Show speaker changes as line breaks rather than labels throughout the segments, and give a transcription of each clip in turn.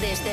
Desde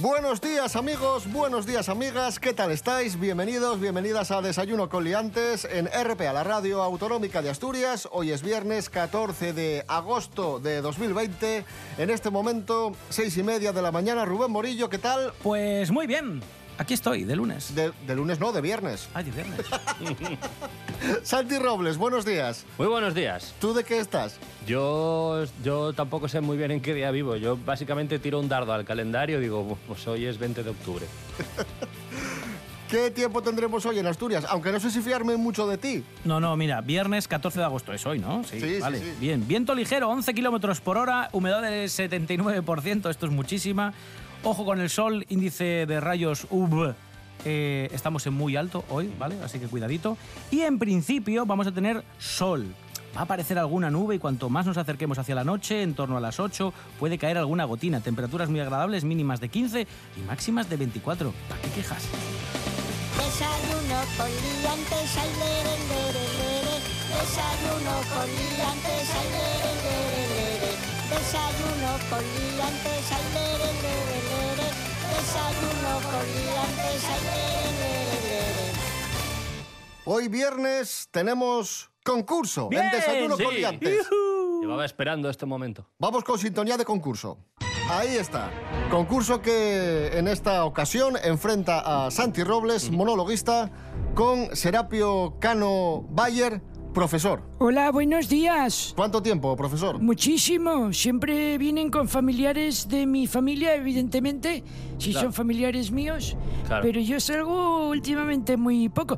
Buenos días amigos, buenos días amigas, ¿qué tal estáis? Bienvenidos, bienvenidas a Desayuno con Liantes en RPA, la radio autonómica de Asturias. Hoy es viernes 14 de agosto de 2020. En este momento, seis y media de la mañana. Rubén Morillo, ¿qué tal?
Pues muy bien, aquí estoy, de lunes.
De, de lunes no, de viernes.
Ay, Ah, de viernes.
Santi Robles, buenos días.
Muy buenos días.
¿Tú de qué estás?
Yo, yo tampoco sé muy bien en qué día vivo. Yo básicamente tiro un dardo al calendario y digo, pues hoy es 20 de octubre.
¿Qué tiempo tendremos hoy en Asturias? Aunque no sé si fiarme mucho de ti.
No, no, mira, viernes 14 de agosto es hoy, ¿no?
Sí, sí,
vale.
sí.
Bien, viento ligero, 11 kilómetros por hora, humedad del 79%, esto es muchísima. Ojo con el sol, índice de rayos UV. eh, estamos en muy alto hoy, ¿vale? Así que cuidadito. Y en principio vamos a tener sol. Va a aparecer alguna nube y cuanto más nos acerquemos hacia la noche, en torno a las 8, puede caer alguna gotina. Temperaturas muy agradables, mínimas de 15 y máximas de 24. ¿Para qué quejas?
Desayuno con liantes, ay, lere, lere, lere. Desayuno con liantes, ay, lere, lere, lere. Desayuno con liantes, ay, lere, lere, lere. Desayuno con liantes, ay, lere, lere, lere.
Hoy viernes tenemos concurso en
Bien,
Desayuno con
sí.
Liantes.
Llevaba esperando este momento.
Vamos con sintonía de concurso. Ahí está. Concurso que en esta ocasión enfrenta a Santi Robles, monologuista, con Serapio Cano Bayer, profesor.
Hola, buenos días.
¿Cuánto tiempo, profesor?
Muchísimo. Siempre vienen con familiares de mi familia, evidentemente, si
Claro.
son familiares míos.
Claro.
Pero yo salgo últimamente muy poco.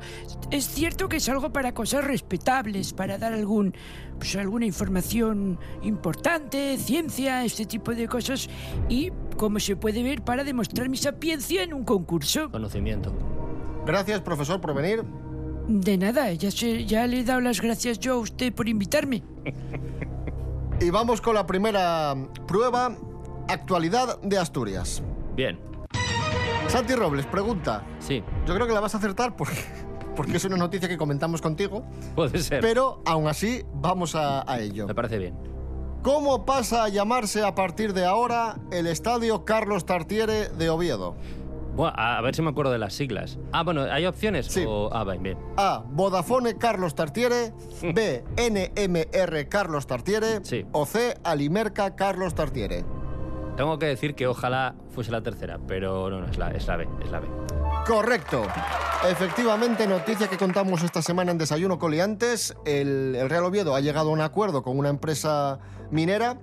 Es cierto que salgo para cosas respetables, para dar algún, pues, alguna información importante, ciencia, este tipo de cosas. Y, como se puede ver, para demostrar mi sapiencia en un concurso.
Conocimiento.
Gracias, profesor, por venir.
De nada, ya, se- ya le he dado las gracias yo a usted por invitarme.
Y vamos con la primera prueba, actualidad de Asturias.
Bien,
Santi Robles, pregunta.
sí,
Yo creo que la vas a acertar porque, porque es una noticia que comentamos contigo,
puede ser.
pero aún así vamos a, a ello.
Me parece bien.
¿Cómo pasa a llamarse a partir de ahora el Estadio Carlos Tartiere de Oviedo?
Bueno, a a ver si me acuerdo de las siglas. Ah, bueno, ¿hay opciones?
Sí.
O- ah, bien, bien.
A. Vodafone Carlos Tartiere. B. NMR Carlos Tartiere.
Sí.
O C. Alimerca Carlos Tartiere.
Tengo que decir que ojalá fuese la tercera, pero no, no, es la, es la B, es la B.
Correcto. Efectivamente, noticia que contamos esta semana en Desayuno Coliantes, el, el Real Oviedo ha llegado a un acuerdo con una empresa minera,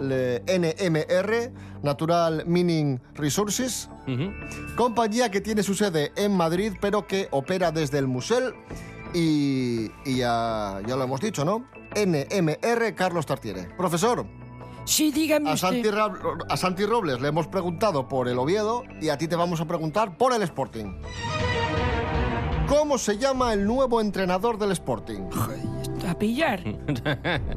le- NMR, Natural Mining Resources,
Ujú.
Compañía que tiene su sede en Madrid, pero que opera desde el Musel. Y, y ya, ya lo hemos dicho, ¿no? NMR Carlos Tartiere. Profesor,
Sí, dígame
a
usted.
Santi, Ra- a Santi Robles le hemos preguntado por el Oviedo y a ti te vamos a preguntar por el Sporting. ¿Cómo se llama el nuevo entrenador del Sporting?
A pillar.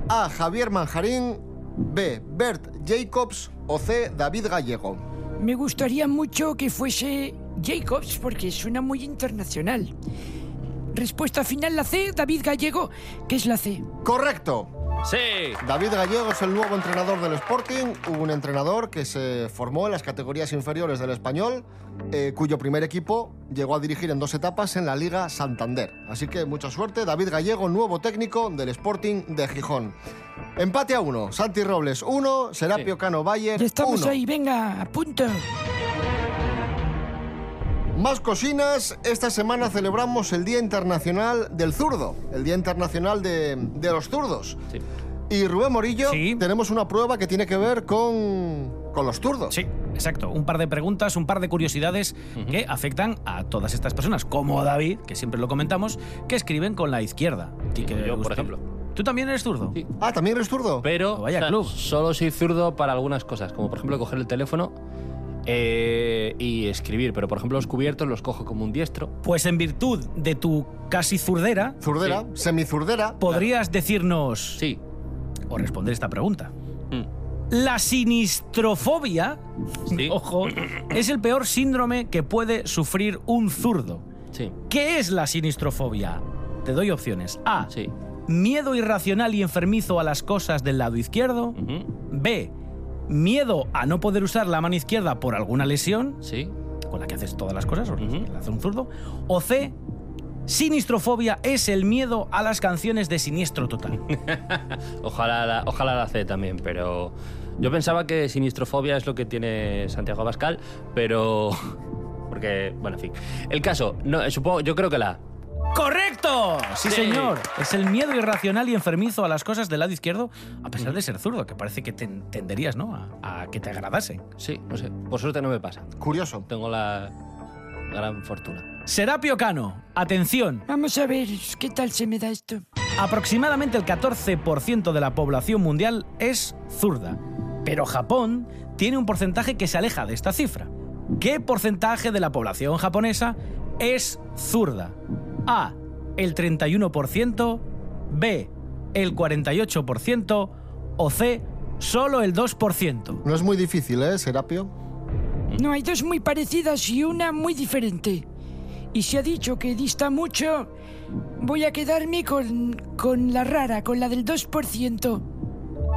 A. Javier Manjarín. B. Bert Jacobs. O C. David Gallego.
Me gustaría mucho que fuese Jacobs porque suena muy internacional. Respuesta final la C, David Gallego, que es la C.
Correcto.
Sí.
David Gallego es el nuevo entrenador del Sporting, un entrenador que se formó en las categorías inferiores del español, eh, cuyo primer equipo llegó a dirigir en dos etapas en la Liga Santander. Así que mucha suerte, David Gallego, nuevo técnico del Sporting de Gijón. Empate a uno, Santi Robles uno, Serapio Cano Bayer
Ya estamos
uno.
ahí, venga, a punto.
Más cocinas, esta semana celebramos el Día Internacional del Zurdo, el Día Internacional de, de los Zurdos.
Sí.
Y Rubén Morillo,
Sí.
tenemos una prueba que tiene que ver con, con los zurdos.
Sí, exacto. Un par de preguntas, un par de curiosidades que afectan a todas estas personas, como a David, que siempre lo comentamos, que escriben con la izquierda. Y que
yo, por
usted-
ejemplo.
¿Tú también eres zurdo?
Sí.
Ah, ¿también eres zurdo?
Pero
Vaya club.
solo soy zurdo para algunas cosas, como por ejemplo coger el teléfono eh, y escribir. Pero por ejemplo los cubiertos los cojo como un diestro.
Pues en virtud de tu casi zurdera,
Zurdera, semizurdera.
podrías decirnos
Sí.
o responder esta pregunta.
Mm.
La sinistrofobia,
Sí.
ojo, es el peor síndrome que puede sufrir un zurdo.
Sí,
¿Qué es la sinistrofobia? Te doy opciones. A.
sí.
Miedo irracional y enfermizo a las cosas del lado izquierdo.
Ujú,
B. Miedo a no poder usar la mano izquierda por alguna lesión,
Sí.
con la que haces todas las cosas, o la
Ujú.
que hace un zurdo. O C. Sinistrofobia es el miedo a las canciones de siniestro total.
Ojalá la, ojalá la C también, pero. Yo pensaba que sinistrofobia es lo que tiene Santiago Abascal, pero. Porque, bueno, en fin. El caso, no, eh, supongo, yo creo que la A.
¡Correcto! Sí,
Sí.
señor. Es el miedo irracional y enfermizo a las cosas del lado izquierdo, a pesar de ser zurdo, que parece que te tenderías, ¿no? A, a que te agradasen.
Sí, no sé. Por suerte no me pasa.
Curioso.
Tengo la gran fortuna.
Serapio Cano, atención,
Vamos a ver qué tal se me da esto.
aproximadamente el 14% de la población mundial es zurda, pero Japón tiene un porcentaje que se aleja de esta cifra. ¿Qué porcentaje de la población japonesa es zurda? A, el 31%, B, el 48% o C, solo el 2%.
No es muy difícil, ¿eh, Serapio?
No, hay dos muy parecidas y una muy diferente. Y se ha dicho que dista mucho. Voy a quedarme con, con la rara, con la del 2%.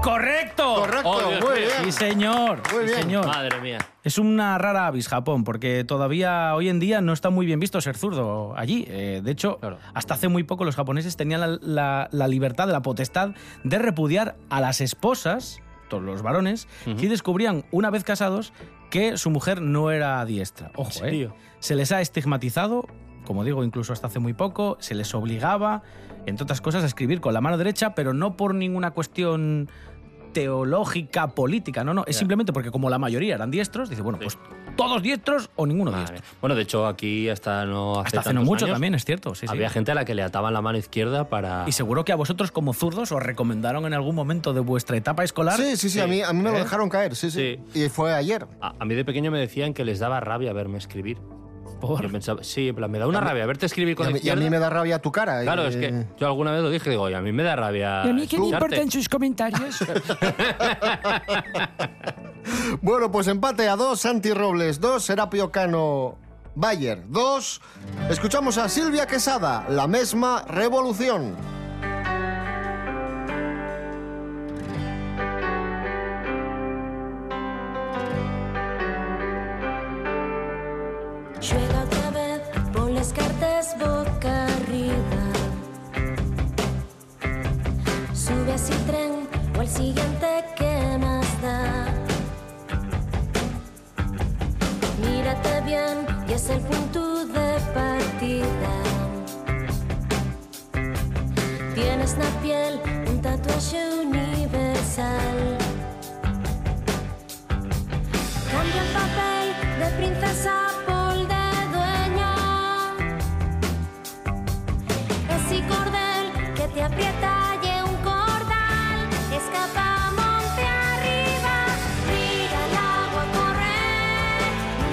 ¡Correcto!
Correcto,
Oh, Dios
muy
mío.
bien.
Sí, señor. Sí,
Muy bien.
señor.
Madre mía.
Es una rara avis Japón, porque todavía hoy en día no está muy bien visto ser zurdo allí. Eh, de hecho,
Claro.
hasta hace muy poco los japoneses tenían la, la- la libertad, la potestad de repudiar a las esposas, todos los varones, si descubrían una vez casados que su mujer no era diestra. Ojo,
¿En serio?
¿eh? Se les ha estigmatizado, como digo, incluso hasta hace muy poco, se les obligaba, entre otras cosas, a escribir con la mano derecha, pero no por ninguna cuestión teológica, política, no, no, es
Ya.
simplemente porque como la mayoría eran diestros, dice, bueno,
Sí.
pues todos diestros o ninguno
Madre
diestro.
mía. Bueno, de hecho, aquí hasta no hace
Hasta hace no
tantos
mucho
años,
también, es cierto, sí, sí.
Había gente a la que le ataban la mano izquierda para.
Y seguro que a vosotros como zurdos os recomendaron en algún momento de vuestra etapa escolar.
Sí, sí, sí, a mí, a mí me lo dejaron caer, sí, sí, Y fue ayer.
A, a mí de pequeño me decían que les daba rabia verme escribir.
Por-
Yo pensaba, sí, en plan, me da una rabia verte escribir
Y
con
a,
la
mí, y a
izquierda.
mí me da rabia tu cara.
Claro,
eh,
es que yo alguna vez lo dije, digo, oye, a mí me da rabia.
¿Y a mí qué me
Ah, escucharte".
importan sus comentarios?
Bueno, pues empate a dos, Santi Robles, dos, Serapio Cano Bayer, dos. Escuchamos a Silvia Quesada, la misma revolución.
Juega otra vez, pon las cartas boca arriba. Sube así el tren o al siguiente que más da. Mírate bien y es el punto de partida. Tienes la piel, un tatuaje universal. Cambia el papel de princesa por de dueña. Ese cordel que te aprieta y un cordal escapa monte arriba. Mira el agua correr.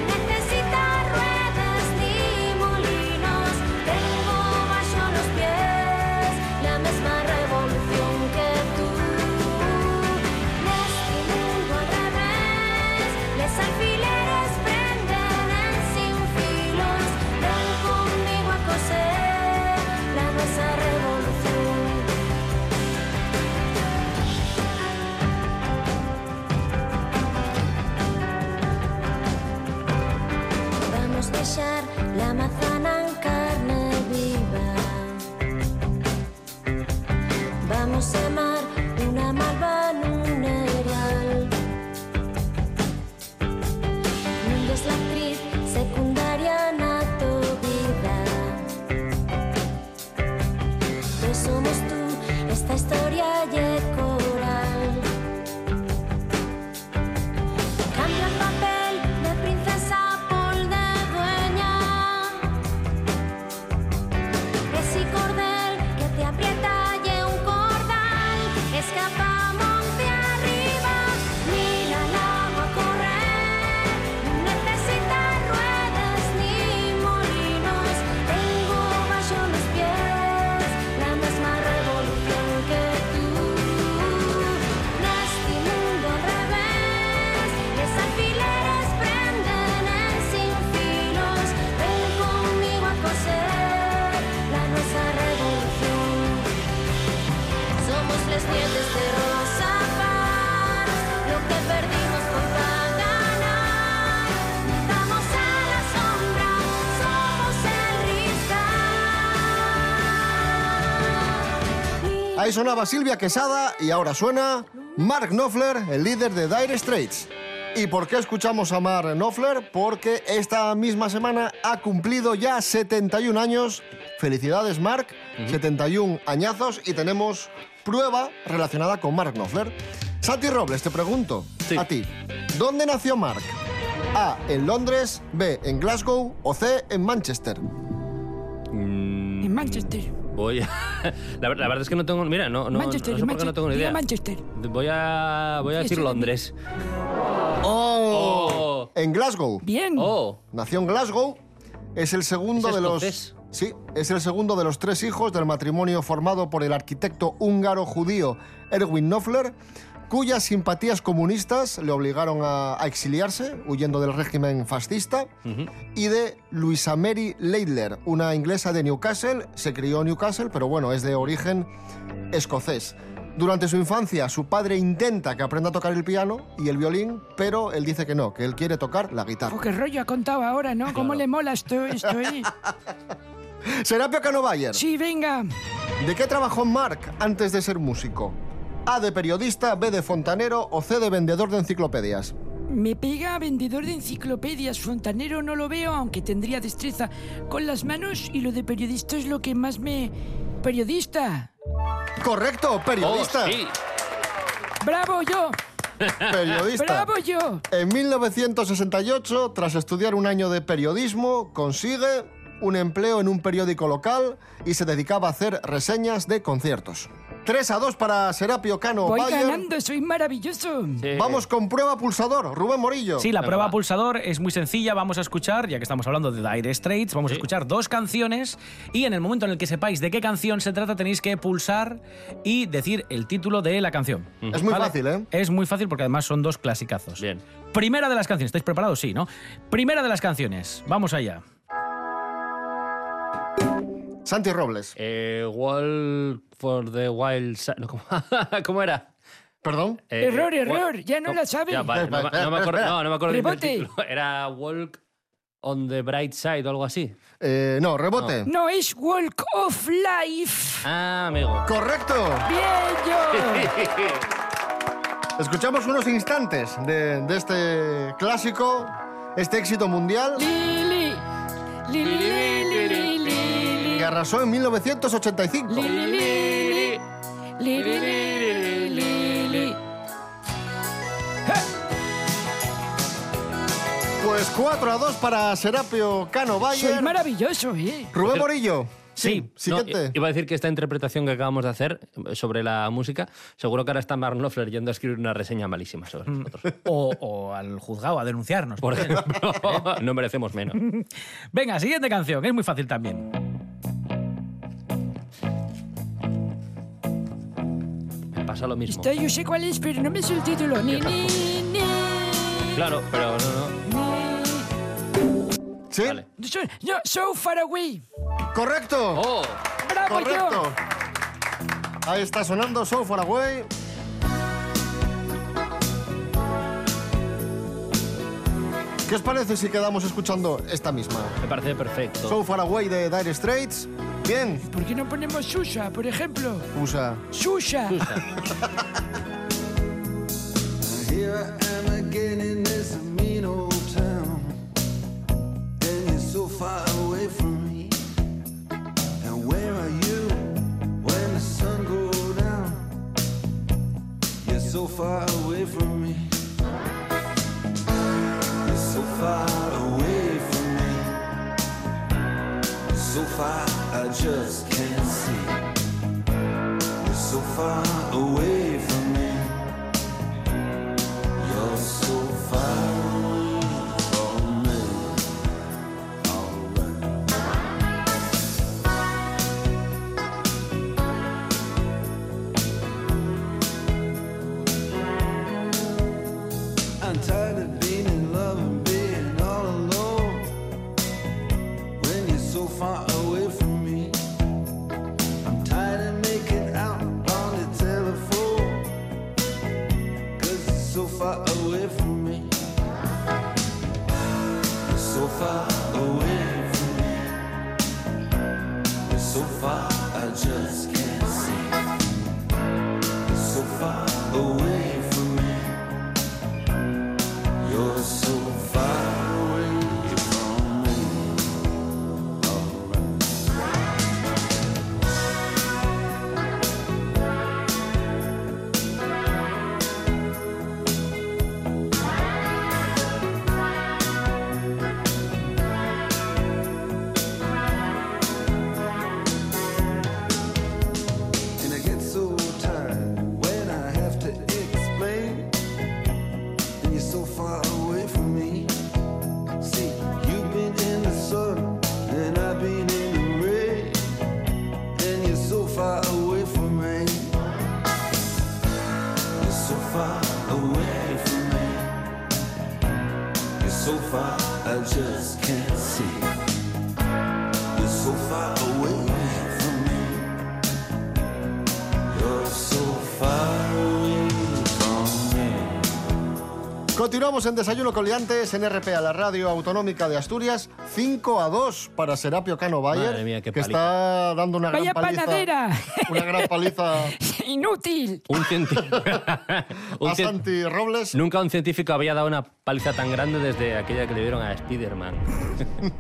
No necesita ruedas ni molinos. Tengo bajo los pies la misma revolución que tú. Neste mundo al revés, les alfileres prenden en Pues
Ahí sonaba Silvia Quesada y ahora suena Mark Knopfler, el líder de Dire Straits. ¿Y por qué escuchamos a Mark Knopfler? Porque esta misma semana ha cumplido ya 71 años. Felicidades, Mark. 71 añazos y tenemos prueba relacionada con Mark Knopfler. Santi Robles, te pregunto
Sí.
a ti. ¿Dónde nació Mark? A. En Londres, B. En Glasgow o C. En Manchester.
En Manchester.
Voy a... la, ver- la verdad es que no tengo... Mira, no, no,
Manchester,
no sé por
Manchester.
qué no tengo ni
Diga
idea.
Manchester.
Voy a, voy a decir
Estoy-
Londres.
¡Oh!
Oh.
En Glasgow.
Bien.
Oh,
Nació en Glasgow. Es el segundo
¿Es
de los.
escocés?
Sí, es el segundo de los tres hijos del matrimonio formado por el arquitecto húngaro judío Erwin Knopfler, cuyas simpatías comunistas le obligaron a, a exiliarse, huyendo del régimen fascista, y de Luisa Mary Leidler, una inglesa de Newcastle. Se crió en Newcastle, pero bueno, es de origen escocés. Durante su infancia, su padre intenta que aprenda a tocar el piano y el violín, pero él dice que no, que él quiere tocar la guitarra.
Ojo, Oh, qué rollo ha contado ahora, ¿no? ¿Cómo
Claro.
le mola esto, esto eh?
Serapio Cano Bayer,
Sí, venga.
¿de qué trabajó Mark antes de ser músico? A de periodista, B de fontanero o C de vendedor de enciclopedias.
Me pega vendedor de enciclopedias, fontanero no lo veo, aunque tendría destreza con las manos y lo de periodista es lo que más me... Periodista.
Correcto, periodista.
oh, sí.
Bravo yo.
Periodista.
Bravo yo.
En 1968, tras estudiar un año de periodismo, consigue un empleo en un periódico local y se dedicaba a hacer reseñas de conciertos. 3 a 2 para Serapio Cano
Voy
Oh, Bayer.
ganando, soy maravilloso.
Sí.
Vamos con prueba pulsador, Rubén Morillo.
Sí, la
Venga,
prueba
va.
pulsador es muy sencilla. Vamos a escuchar, ya que estamos hablando de Dire Straits, vamos a
Sí.
escuchar dos canciones y en el momento en el que sepáis de qué canción se trata tenéis que pulsar y decir el título de la canción.
Es muy fácil, ¿eh?
Es muy fácil porque además son dos clasicazos.
Mm. Bien.
Primera de las canciones, ¿estáis preparados? Sí, ¿no? Primera de las canciones, vamos allá.
Santi Robles.
Eh, Wall for the Wild Side... no, ¿cómo, ¿Cómo era?
Perdón.
Eh,
Error,
eh,
error,
Wal-
ya no la sabe.
Ya, vale, no,
Espera,
me- no me
espera,
acuerdo,
espera.
no, no me acuerdo bien del
Rebote.
título. Era Walk on the Bright Side o algo así.
Eh, no, rebote.
No es Walk of Life.
Ah, amigo.
Correcto.
Bien yo.
Escuchamos unos instantes de, de este clásico, este éxito mundial
Lili. Lili, lili, lili, lili.
que arrasó en 1985.
Lili, lili. Lili, lili, lili.
Pues 4 a 2 para Serapio Cano
Soy
Bayer.
maravilloso, ¿eh?
Rubén Morillo.
Sí,
No, eh,
Siguiente.
i- iba a decir que esta interpretación que acabamos de hacer eh, sobre la música, seguro que ahora está Mark Knopfler yendo a escribir una reseña malísima sobre
Mm.
nosotros.
O, o al juzgado a denunciarnos.
Por ejemplo, no merecemos menos.
Venga, siguiente canción, es muy fácil también.
Me pasa lo mismo.
Esto Este, yo sé cuál es, pero no me sé el título. Ni, ni, ni.
Claro, pero no, no.
Sí,
Vale.
So- No, so far away.
correcto.
¡Oh!
Bravo
correcto.
yo.
Ahí está sonando So Far Away. ¿Qué os parece si quedamos escuchando esta misma?
Me parece perfecto.
So Far Away de Dire Straits. Bien,
¿Por qué no ponemos Susha, por ejemplo?
usa.
Susha.
Here I am again in this mean old town. And you're so far away from me. And where are you when the sun goes down? You're so far away from me. You're so far away from me. So far I just can't see. You're so far away from me. You're so far from me. Alright. I'm tired of being in love and being all alone. When you're so far away from me, I'm tired of making out on the telephone. Cause it's so far away from me. It's so far away from me. It's so far I just can't see. away from me. You're so far away from me. Alright. And I get so tired when I have to explain. And you're so far away from me. See, you've been in the sun, and I've been in the rain. And you're so far away from me. You're so far away from me. You're so far, I just can't see. You're so far away from me. You're so far away from me.
Continuamos en Desayuno con Liantes en RPA, la radio autonómica de Asturias. 5 a 2 para Serapio Cano Bayer,
Madre mía, qué
que
paliza.
está dando una
Vaya
gran paliza.
panadera.
Una gran paliza
Inútil.
Un científico.
a Santi Robles.
Nunca un científico había dado una paliza tan grande desde aquella que le dieron a Spider-Man,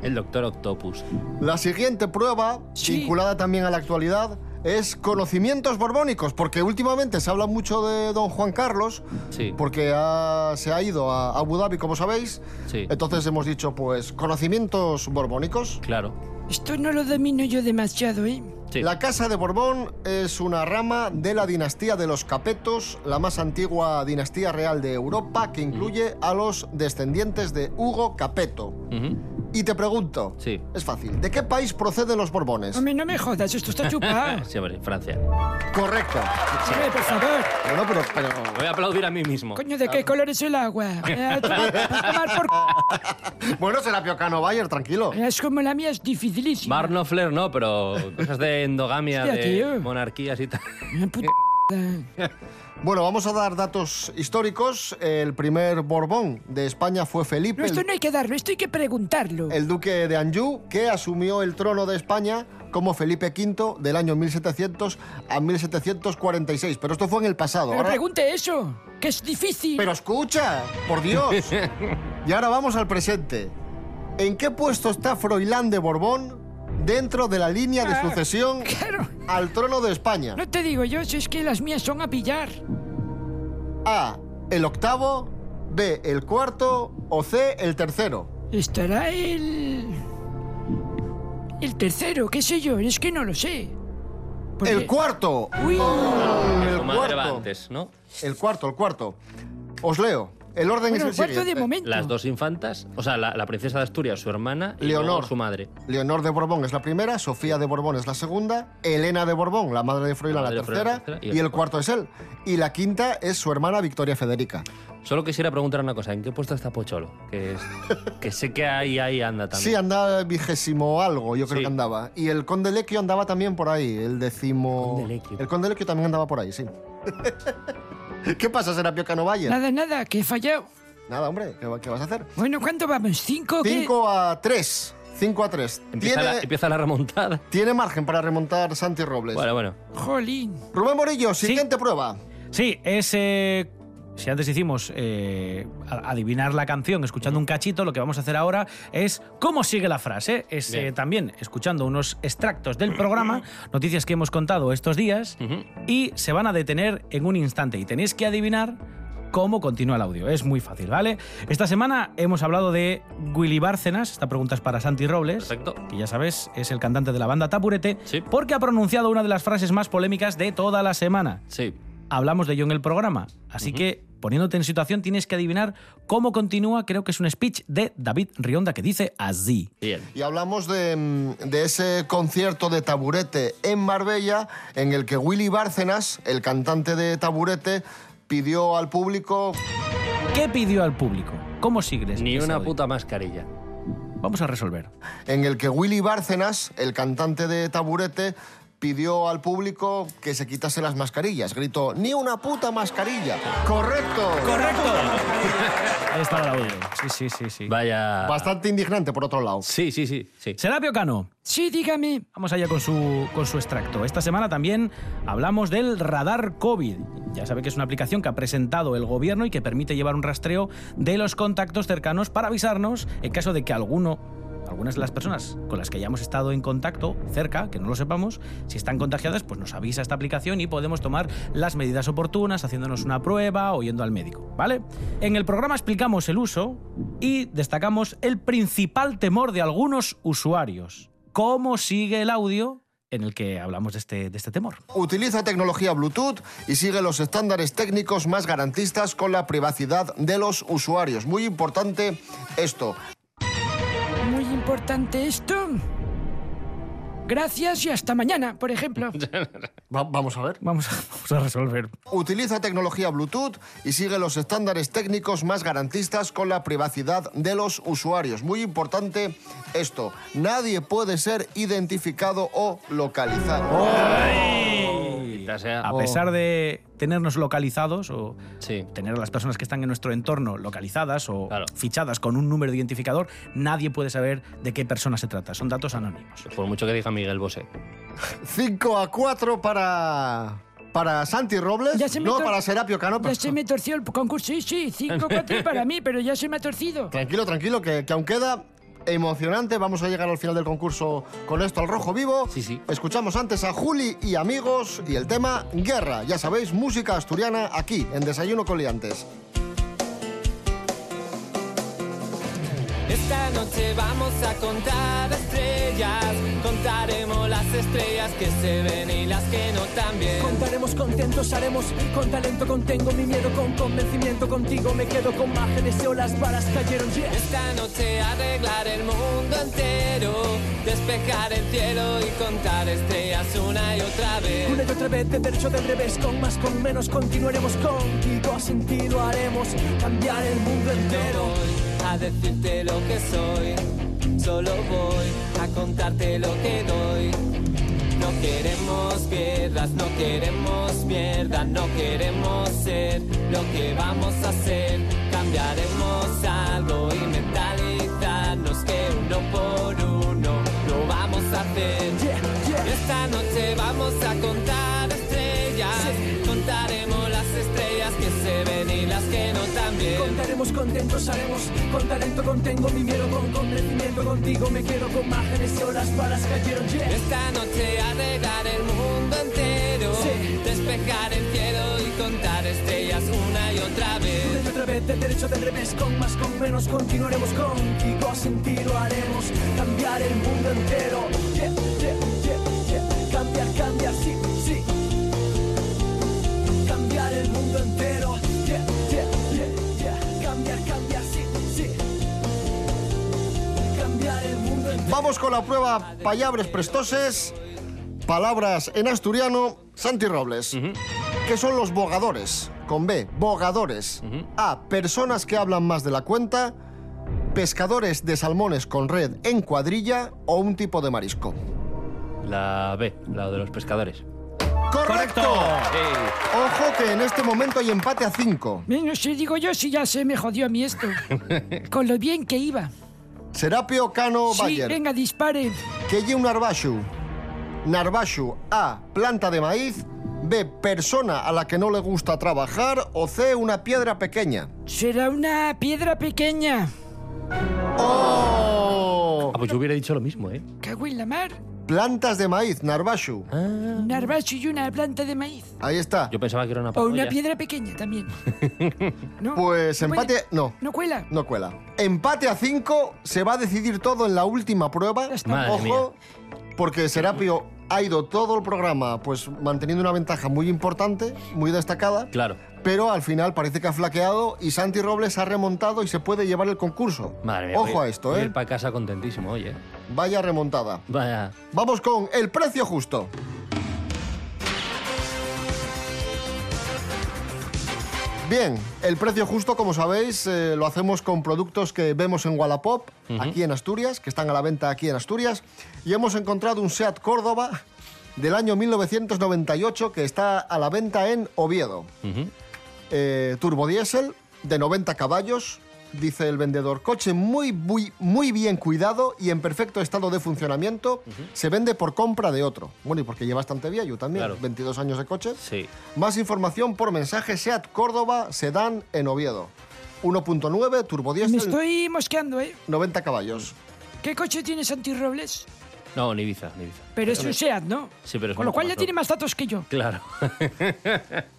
el Doctor Octopus.
La siguiente prueba,
Sí.
vinculada también a la actualidad, es conocimientos borbónicos, porque últimamente se habla mucho de don Juan Carlos,
Sí.
porque ha- se ha ido a Abu Dhabi, como sabéis.
Sí.
Entonces hemos dicho, pues, conocimientos borbónicos.
Claro.
Esto no lo domino yo demasiado, ¿eh?
Sí.
La Casa de Borbón es una rama de la dinastía de los Capetos, la más antigua dinastía real de Europa, que incluye a los descendientes de Hugo Capeto.
Ujú.
Y te pregunto,
Sí.
es fácil, ¿de qué país proceden los Borbones?
Hombre, no me jodas, esto está chupado.
Sí, hombre, Francia.
Correcto.
Hombre, por favor.
Bueno, pero, pero
Voy a aplaudir a mí mismo.
Coño, ¿de qué color es el agua? Eh, a tomar- a tomar por c-
Bueno, será Piocano Bayer, tranquilo.
Es como la mía, es dificilísima.
Bar no flair, no, pero cosas de endogamia,
Hostia,
de
tío.
monarquías y tal.
Una puta
Eh.
mierda.
Bueno, vamos a dar datos históricos. El primer Borbón de España fue Felipe,
No, esto
el,
no hay que darlo, esto hay que preguntarlo.
el duque de Anjou, que asumió el trono de España como Felipe V del año 1700 a 1746. Pero esto fue en el pasado.
Pero
Ahora-
pregunte eso, que es difícil.
Pero escucha, por Dios. y ahora vamos al presente. ¿En qué puesto está Froilán de Borbón dentro de la línea de
Ah,
sucesión
Claro,
al trono de España?
no te digo yo, si es que las mías son a pillar.
A, el octavo, B, el cuarto o C, el tercero.
Estará el... El tercero, qué sé yo, es que no lo sé. Porque-
El cuarto.
Uy,
El
Como madre va
cuarto.
antes, ¿no?
El cuarto, el cuarto. Os leo. El orden
bueno, el
es el
cuarto de
siguiente.
momento.
Las dos infantas, o sea, la, la princesa de Asturias, su hermana, y
Leonor.
luego su madre.
Leonor de Borbón es la primera, Sofía de Borbón es la segunda, Elena de Borbón, la madre de Froilán,
La madre
la,
de Froilán,
tercera,
la tercera,
y el cuarto es él. Y la quinta es su hermana Victoria Federica.
Solo quisiera preguntar una cosa, ¿en qué puesto está Pocholo? Que, es- que sé que ahí, ahí anda también.
Sí, andaba vigésimo algo, yo creo
Sí.
que andaba. Y el conde Lequio andaba también por ahí, el décimo...
Conde Lequio.
El conde Lequio también andaba por ahí, sí. ¿Qué pasa, Serapio Cano Bayer?
Nada, nada, que he fallado.
Nada, hombre, ¿qué, va- qué vas a hacer?
Bueno, ¿cuánto vamos? ¿Cinco? o qué?
5 a 3. 5 a 3.
Empieza,
Tiene, Pues.
la, empieza la remontada.
tiene margen para remontar Santi Robles.
Bueno, bueno.
Jolín.
Rubén Morillo, siguiente prueba.
Sí, es. eh, si antes hicimos eh, a- adivinar la canción escuchando un cachito, lo que vamos a hacer ahora es cómo sigue la frase. Es eh,
Bien.
también escuchando unos extractos del programa, noticias que hemos contado estos días, y se van a detener en un instante. Y tenéis que adivinar cómo continúa el audio. Es muy fácil, ¿vale? Esta semana hemos hablado de Willy Bárcenas. Esta pregunta es para Santi Robles
Perfecto.
que ya sabes es el cantante de la banda Tapurete,
Sí.
porque ha pronunciado una de las frases más polémicas de toda la semana.
Sí.
Hablamos de ello en el programa, así que poniéndote en situación tienes que adivinar cómo continúa, creo que es un speech de David Rionda que dice así.
Bien.
Y hablamos de, mm, de ese concierto de taburete en Marbella, en el que Willy Bárcenas, el cantante de taburete, pidió al público.
¿Qué pidió al público? ¿Cómo sigues?
Ni una puta mascarilla.
Vamos a resolver.
En el que Willy Bárcenas, el cantante de taburete, pidió al público que se quitase las mascarillas. Gritó, ni una puta mascarilla. Correcto.
¡Correcto! es para el audio. Sí, sí, sí, sí.
Vaya.
Bastante indignante, por otro lado.
Sí, sí, sí, sí.
Serapio Cano,
Sí, dígame.
vamos allá con su, con su extracto. Esta semana también hablamos del radar COVID. Ya sabe que es una aplicación que ha presentado el gobierno y que permite llevar un rastreo de los contactos cercanos para avisarnos en caso de que alguno, algunas de las personas con las que hayamos estado en contacto cerca, que no lo sepamos, si están contagiadas, pues nos avisa esta aplicación y podemos tomar las medidas oportunas haciéndonos una prueba o yendo al médico, ¿vale? En el programa explicamos el uso y destacamos el principal temor de algunos usuarios cómo sigue el audio en el que hablamos de este, de este temor.
Utiliza tecnología Bluetooth y sigue los estándares técnicos más garantistas con la privacidad de los usuarios. Muy importante esto.
Muy importante esto. Gracias y hasta mañana, por ejemplo.
Va- vamos a ver.
Vamos a, vamos a resolver.
Utiliza tecnología Bluetooth y sigue los estándares técnicos más garantistas con la privacidad de los usuarios. Muy importante esto. Nadie puede ser identificado o localizado.
Maldita sea.
A pesar de tenernos localizados o
Oh. Sí.
tener a las personas que están en nuestro entorno localizadas o
Claro.
fichadas con un número de identificador, nadie puede saber de qué persona se trata. Son datos anónimos.
Por mucho que diga Miguel Bosé.
5 a 4 para para Santi Robles,
Ya se me
no
to-
para Serapio Cano.
Ya se me torció el concurso. Sí, sí, 5-4 para mí, pero ya se me ha torcido.
Tranquilo, tranquilo, que, que aún queda emocionante. Vamos a llegar al final del concurso con esto al rojo vivo.
Sí, sí.
Escuchamos antes a Juli y amigos y el tema Guerra. Ya sabéis, música asturiana aquí, en Desayuno con Liantes.
Esta noche vamos a contar estrellas, contaremos las estrellas que se ven y las que no también.
Contaremos contentos, haremos con talento, contengo mi miedo, con convencimiento, contigo me quedo con magia, deseo, las balas cayeron, yeah.
Esta noche arreglar el mundo entero, despejar el cielo y contar estrellas una y otra vez.
Una y otra vez de derecho del revés, con más, con menos, continuaremos contigo, sin ti lo haremos, cambiar el mundo
No
entero.
voy a decirte lo que soy, solo voy a contarte lo que doy. No queremos guerras, no queremos mierda, no queremos ser lo que vamos a hacer. Cambiaremos algo y mentalizarnos que uno por uno lo vamos a hacer.
Yeah, yeah.
Esta noche vamos a contar estrellas, contaremos las estrellas que se ven y las que no también.
Contaremos contentos, haremos con talento, contengo mi miedo, con convencimiento, contigo me quedo con magia, deseo, las balas cayeron, yeah.
Esta noche arreglar el mundo entero,
Sí.
despejar el cielo y contar estrellas una y otra
Una
vez.
y otra vez de derecho del revés, con más, con menos, continuaremos contigo, sin ti lo haremos, cambiar el mundo entero. Yeah, yeah, yeah, yeah. Cambiar, cambiar, sí, sí. Cambiar el mundo entero. Yeah, yeah, yeah, yeah. Cambiar, cambiar, sí, sí. Cambiar el mundo entero.
Vamos con la prueba Palabras Prestoses. Palabras en asturiano, Santi Robles. ¿Qué son los bogadores? Con B, bogadores. A, personas que hablan más de la cuenta. Pescadores de salmones con red en cuadrilla o un tipo de marisco.
La B, la de los pescadores.
¡Correcto! Ojo que en este momento hay empate a 5.
Menos si digo yo si ya se me jodió a mí esto. Con lo bien que iba.
Serapio Cano
Oh,
Sí,
Bayer.
venga, dispare.
Que lleva un Narbashu. Narbashu A. Planta de maíz. B. Persona a la que no le gusta trabajar. O C. Una piedra pequeña.
Será una piedra pequeña.
¡Oh!
Ah, pues yo hubiera dicho lo mismo, ¿eh?
Cago en la mar.
Plantas de maíz, Narbashu.
Un arbacho y una planta de maíz.
Ahí está.
Ah. Yo pensaba que era una
O
pagoya.
una piedra pequeña también. ¿No?
Pues
¿No cuela?
empate. No,
¿No cuela?
no cuela. Empate a 5. Se va a decidir todo en la última prueba.
Ya está.
Madre
Ojo, porque Serapio ha ido todo el programa pues manteniendo una ventaja muy importante, muy destacada.
Claro.
Pero al final parece que ha flaqueado y Santi Robles ha remontado y se puede llevar el concurso.
Madre mía.
Ojo
voy-
a esto,
voy
¿eh?
Ir para casa contentísimo, oye.
Vaya remontada.
Vaya.
Vamos con el precio justo. Bien, el precio justo, como sabéis, eh, lo hacemos con productos que vemos en Wallapop, aquí en Asturias, que están a la venta aquí en Asturias, y hemos encontrado un SEAT Córdoba del año 1998 que está a la venta en Oviedo. Eh, turbo diésel de 90 caballos, dice el vendedor. Coche muy, muy, muy bien cuidado y en perfecto estado de funcionamiento. Se vende por compra de otro. Bueno, y porque lleva bastante vía, yo también,
Claro.
22 años de coche.
Sí.
Más información por mensaje SEAT Córdoba, Sedán en Oviedo. 1.9, turbo
Me
diésel,
estoy mosqueando, ¿eh?
90 caballos.
¿Qué coche tiene Santi Robles?
No, ni Ibiza, ni Ibiza.
Pero es un SEAT, ¿no?
Sí, pero es
Con lo
mucho
cual
más
ya tiene más datos que yo.
pro- Claro.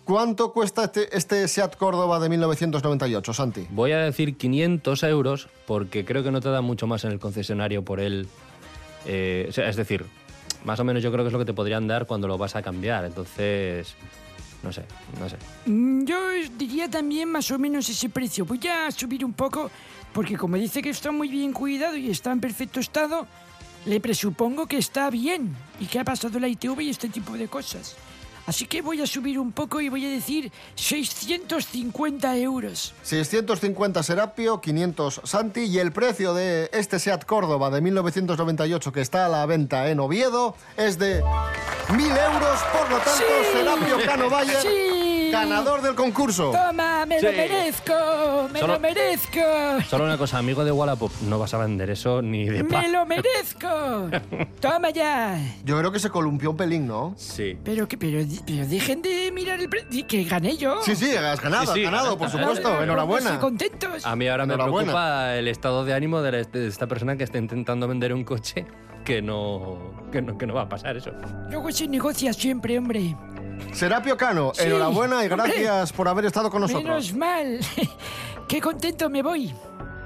¿Cuánto cuesta este, este SEAT Córdoba de 1998, Santi?
Voy a decir 500 euros porque creo que no te da mucho más en el concesionario por él. Eh, o sea, es decir, más o menos yo creo que es lo que te podrían dar cuando lo vas a cambiar. Entonces, no sé, no sé.
Mm, Yo diría también más o menos ese precio. Voy a subir un poco porque como dice que está muy bien cuidado y está en perfecto estado, le presupongo que está bien y que ha pasado la ITV y este tipo de cosas. Así que voy a subir un poco y voy a decir 650 euros.
650 Serapio, 500 Santi y el precio de este SEAT Córdoba de 1998 que está a la venta en Oviedo es de 1.000 euros, por lo tanto Serapio Cano Bayer,
Sí.
ganador del concurso.
Toma, me lo
Sí.
merezco, me lo
Solo-
merezco.
Solo una cosa, amigo de Wallapop, no vas a vender eso ni de
Me
paz.
lo merezco. Toma ya.
Yo creo que se columpió un pelín, ¿no?
Sí.
Pero que pero, pero dejen de mirar el precio que gané yo.
Sí, sí, has ganado,
Sí, sí,
has ganado, por
ganado.
supuesto, enhorabuena.
Estoy contentos.
A mí ahora me
Enhorabuena.
preocupa el estado de ánimo de, la- de esta persona que está intentando vender un coche que no, que no, que no va a pasar eso.
Luego se negocia siempre, hombre.
Serapio Cano,
Sí,
enhorabuena y
hombre.
gracias por haber estado con nosotros.
Menos mal. Qué contento me voy.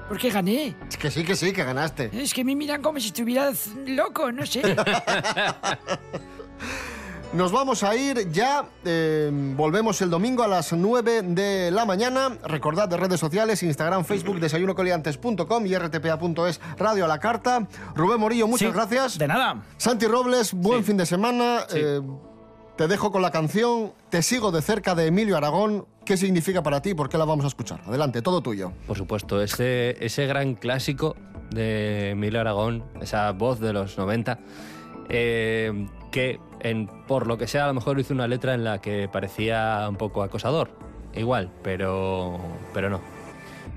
Porque gané.
Es Que sí, que sí, que ganaste.
Es que me miran como si estuviera z- loco, no sé.
Nos vamos a ir ya. eh, volvemos el domingo a las 9 de la mañana. Recordad de redes sociales, Instagram, Facebook, desayunocoliantes.com y rtpa.es, radio a la carta. Rubén Morillo, muchas
Sí,
gracias.
De nada.
Santi Robles, buen fin de semana. Eh, te dejo con la canción Te sigo de cerca de Emilio Aragón. ¿Qué significa para ti? ¿Por qué la vamos a escuchar? Adelante, todo tuyo.
Por supuesto, ese, ese gran clásico de Emilio Aragón, esa voz de los 90, eh, que en, por lo que sea a lo mejor hizo una letra en la que parecía un poco acosador, igual, pero, pero no.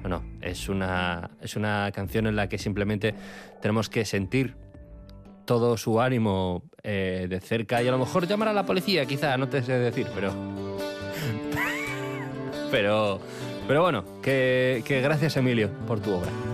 No, no, es una, es una canción en la que simplemente tenemos que sentir todo su ánimo eh, de cerca y a lo mejor llamar a la policía, quizá, no te sé decir, pero... Pero, pero bueno, que, que gracias Emilio por tu obra.